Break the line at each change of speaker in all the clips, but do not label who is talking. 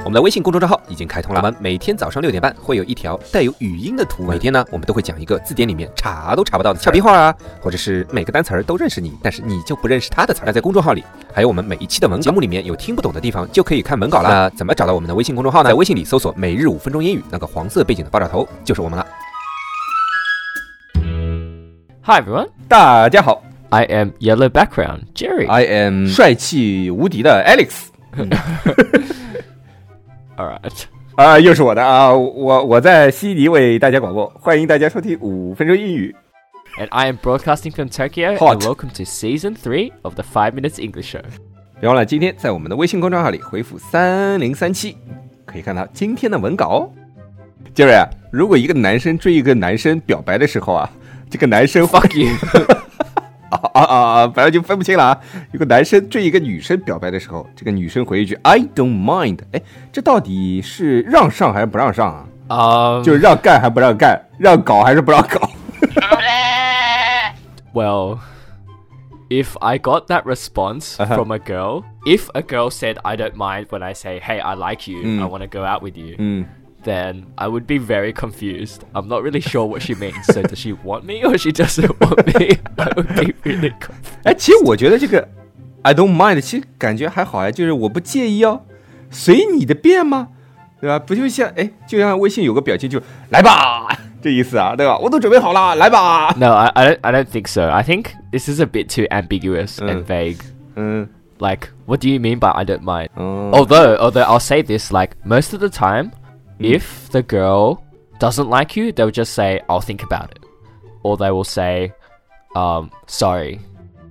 我们的微信公众账号已经开通了，我们每天早上六点半会有一条带有语音的图文。每天呢，我们都会讲一个字典里面查都查不到的俏皮话啊，或者是每个单词儿都认识你，但是你就不认识它的词儿。那在公众号里，还有我们每一期的文稿节目里面有听不懂的地方，就可以看文稿啦。那怎么找到我们的微信公众号呢？在微信里搜索“每日五分钟英语”，那个黄色背景的爆炸头就是我们了。
Hi everyone,
大家好
I am yellow background Jerry.
，I am 帅气无敌的 Alex。
Alright，
啊、又是我的啊！我我在悉尼为大家广播，欢迎大家收听五分钟英语。
and I am broadcasting from Tokyo.
Hot.
And welcome to season three of the Five Minutes English Show.
别忘了今天在我们的微信公众号里回复三零三七，可以看到今天的文稿哦。杰瑞，啊，如果一个男生追一个男生表白的时候啊，这个男生会
Fuck you.
啊啊啊啊，反正就分不清了啊。有个男生追一个女生表白的时候，这个女生回一句 I don't mind，哎，这到底是让上还是不让上啊？
Um,
就是让干还不让干，让搞还是不让搞？
well, if I got that response
Uh-huh.
from a girl, if a girl said I don't mind when I say Hey, I like you,
Mm.
I want to go out with you,
嗯，
then I would be very confused. I'm not really sure what she means. so does she want me or she doesn't want me? I would be really confused.
哎，其实我觉得这个 I don't mind，其实感觉还好呀，啊就是我不介意哦，随你的便吗？对吧？不就像哎，就像微信有个表情就来吧 这意思啊，对吧？我都准备好了，来吧。
No, I, I don't. I don't think so. I think this is a bit too ambiguous
Mm.
and vague.
嗯
Like, what do you mean by I don't mind?
嗯
Although, although I'll say this, like most of the time, if the girl doesn't like you, they'll just say, "I'll think about it," or they will say, um, "Sorry."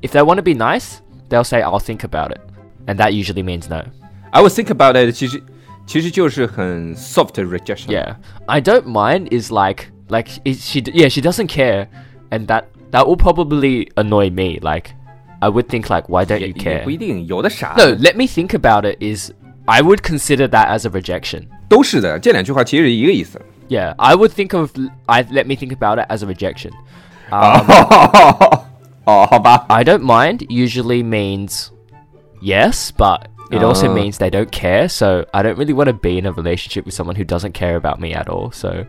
If they want to be nice, they'll say, "I'll think about it," and that usually means no.
，I will think about it，其实其实就是很 soft rejection。
Yeah, I don't mind is like like is she yeah she doesn't care, and that that will probably annoy me. Like, I would think like, why don't
也
you
也
care?
不一定，有的傻
No, let me think about it. Is I would consider that as a rejection.
都是的。这两句话其实是一个意 思。
Yeah, I would think of I let me think about it as a rejection.
哦哦，好吧，
I don't mind usually means yes, but it also
Ah.
means they don't care. So I don't really want to be in a relationship with someone who doesn't care about me at all. So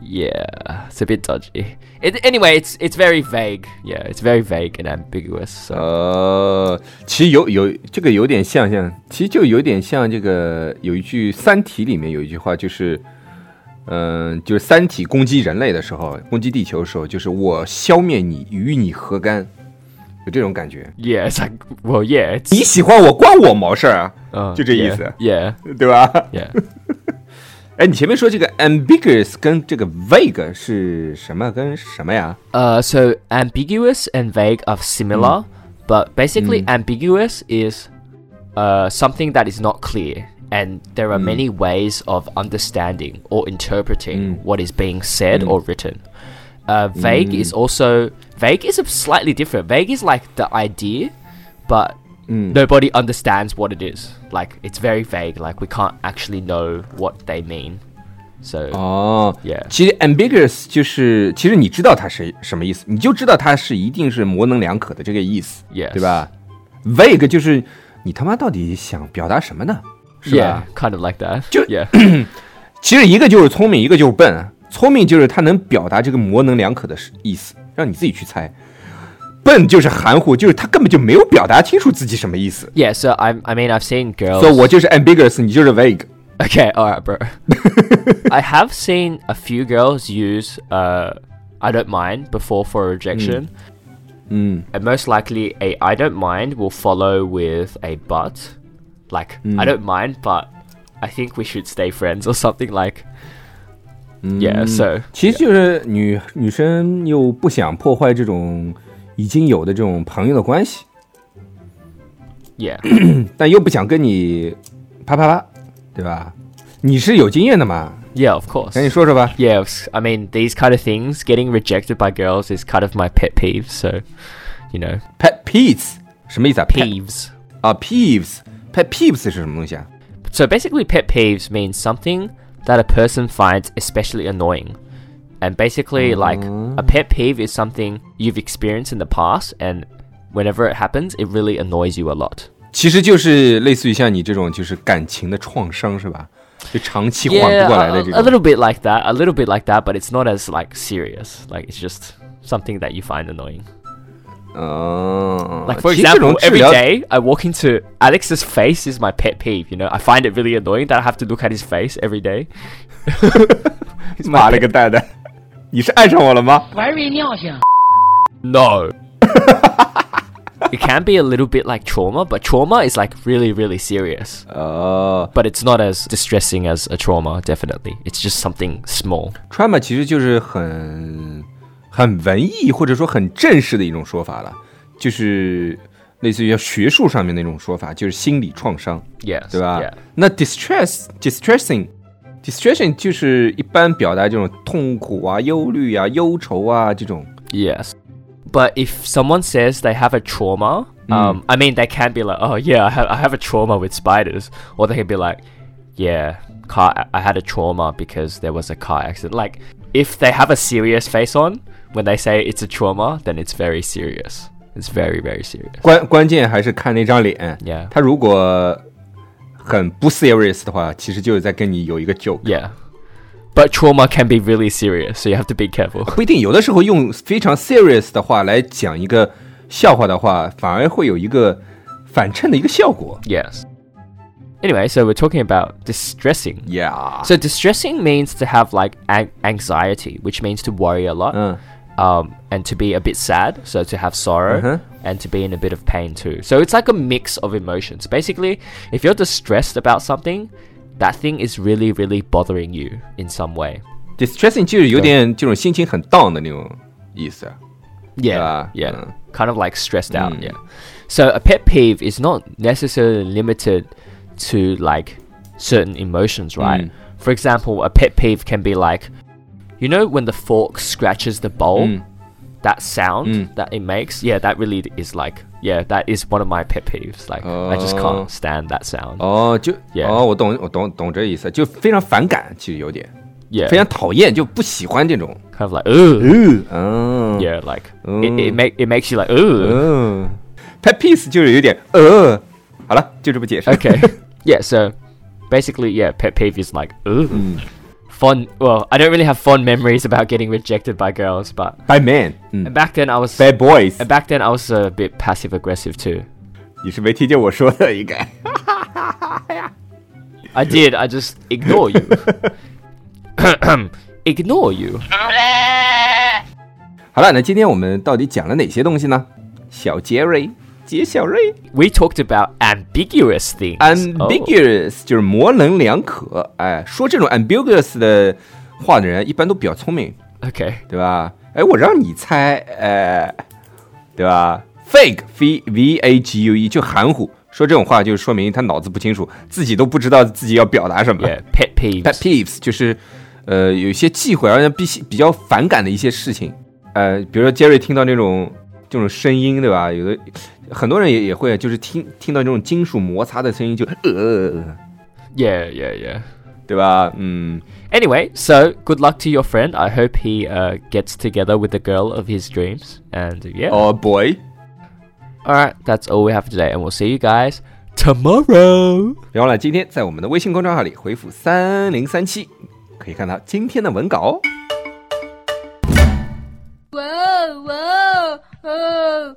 yeah, it's a bit dodgy. It, anyway, it's it's very vague. Yeah, it's very vague and ambiguous. So
呃，其实有有这个有点像像，其实就有点像这个有一句《三体》里面有一句话，就是，嗯、就是《三体》攻击人类的时候，攻击地球的时候，就是我消灭你，与你何干？有这种感觉。
yeah, it's like well, yeah, it's
你喜欢我关我毛事儿啊，
uh,
就这意
yeah,
思，
yeah,
对吧？
yeah.
哎，你前面说这个 ambiguous 跟这个 vague 是什么跟什么呀？
Uh, so ambiguous and vague are similar, but basically ambiguous is uh, something that is not clear, and there are many ways of understanding or interpreting what is being said or written. Uh, vague is also vague is a slightly different. Vague is like the idea, but nobody understands what it is. Like it's very vague. Like we can't actually know what they mean. So
哦
Yeah
其实 ambiguous 就是，其实你知道它是什么意思，你就知道它是一定是模棱两可的这个意思
Yes
对吧？vague 就是你他妈到底想表达什么呢？是
yeah,
吧
kind of like that.
Ju-
yeah.
其实一个就是聪明，一个就是笨。啊聪明就是他能表达这个模棱两可的意思，让你自己去猜；笨就是含糊，就是他根本就没有表达清楚自己什么意思。
Yeah, so I'm, I mean, I've seen girls.
所以我就是 ambiguous，你就是 vague。
okay, all right, bro. I have seen a few girls use uh, "I don't mind" before for rejection,
嗯
and most likely a "I don't mind" will follow with a "but," like "I don't mind, but I think we should stay friends" or something like. Yeah, so
其实就是女女生又不想破坏这种已经有的这种朋友的关系，
yeah,
但又不想跟你啪啪啪，对吧？你是有经验的嘛？
yeah, of course.
赶紧说说吧。
Yeah, it's- I mean, these kind of things, getting rejected by girls is kind of my pet peeve. So, you know,
Pet peeves 什么意思啊？Pet-
peeves.
啊，peeves，pet peeves 是什么东西啊？
So basically, pet peeves means something that a person finds especially annoying. And basically, like, a pet peeve is something you've experienced in the past, and whenever it happens, it really annoys you a lot.
其实就是类似于像你这种就是感情的创伤是吧？就长期缓不过来的
a,
这种。
a little bit like that, a little bit like that, but it's not as, like, serious. Like, it's just something that you find annoying.
嗯
Like, for
其实这种
呃 example,
治
every
疗
day I walk into Alex's face is my pet peeve, you know? I find it really annoying that I have to look at his face every day.
妈了个蛋蛋， 你是爱上我了吗？
No. it can be a little bit like trauma, but trauma is like really, really serious.
呃
But it's not as distressing as a trauma, definitely. It's just something small.
，trauma 其实就是很很文艺或者说很正式的一种说法了，就是类似于学术上面那种说法，就是心理创伤，
Yes.
对吧
Yeah.
那 distress distressing。distressing 就是一般表达这种痛苦啊、忧虑啊、忧愁啊这种。
Yes. But if someone says they have a trauma, um, I mean, they can be like, oh, yeah, I have, I have a trauma with spiders. Or they can be like, yeah, car, I had a trauma because there was a car accident. Like, if they have a serious face on, when they say it's a trauma, then it's very serious. It's very, very serious.
关关键还是看那张脸。
Yeah.
他如果很不 serious 的话，其实就是在跟你有一个 joke。
Yeah. But trauma can be really serious, so you have to be careful.
不一定，有的时候用非常 serious 的话来讲一个笑话的话，反而会有一个反衬的一个效果。
Yes. Anyway, so we're talking about distressing.
Yeah，
So distressing means to have like an- anxiety, which means to worry a lot,
嗯
um, and to be a bit sad, so to have sorrow,
Uh-huh.
and to be in a bit of pain too. So it's like a mix of emotions. Basically, if you're distressed about something, that thing is really, really bothering you in some way.
，distressing 就是有点这种心情很 down 的那种意思。
Yeah,
Yeah,
yeah,
yeah.
kind of like stressed out.
Mm.
Yeah. So a pet peeve is not necessarily limited to like certain emotions, right?
Mm.
For example, a pet peeve can be like, you know, when the fork scratches the bowl,
Mm.
that sound
Mm.
that it makes. Yeah, that really is like, yeah, that is one of my pet peeves. Like, I just
Oh.
can't stand that sound.
哦，就
Yeah
哦，我懂，我懂，懂这意思，就非常反感，其实有点
Yeah,
非常讨厌，就不喜欢这种。
kind of like, ooh.
嗯嗯
Yeah, like it, it
Mm.
make it makes you like, ooh.
嗯 p e t peace 就是有点呃，好了，就这么解释。
Okay. yeah, so basically, yeah, pet peeve is like, ooh.
Hmm.
Fond, well, I don't really have fond memories about getting rejected by girls, but
Bad man，嗯
and back then I was
，Bad boys，
and back then I was a bit passive aggressive too.
你是没听见我说的，应该。
I did, I just ignore you. ignore you.
好了，那今天我们到底讲了哪些东西呢？小杰瑞，杰小瑞
We talked about ambiguous things. Oh,
，ambiguous、就是模棱两可。哎，说这种 ambiguous 的话的人，一般都比较聪明，
Oh, okay.
对吧？哎，我让你猜，呃，对吧？fake v v a g u e 就含糊，说这种话就说明他脑子不清楚，自己都不知道自己要表达什么。
Yeah, pet peeves.
pet peeves 就是呃有一些忌讳，让人比比较反感的一些事情。呃，比如说 Jerry 听到那种这种声音，对吧？有的很多人也也会就是听听到这种金属摩擦的声音就呃，
yeah, yeah, yeah.
对吧？嗯，
Anyway, so good luck to your friend. I hope he uh, gets together with the girl of his dreams. And yeah.
哦、boy，
All right, that's all we have today, and we'll see you guys tomorrow.
别忘了今天在我们的微信公众号里回复三零三七，可以看到今天的文稿哦。
Whoa, whoa, oh. whoa.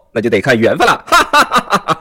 那就得看缘分了。哈哈哈哈哈哈。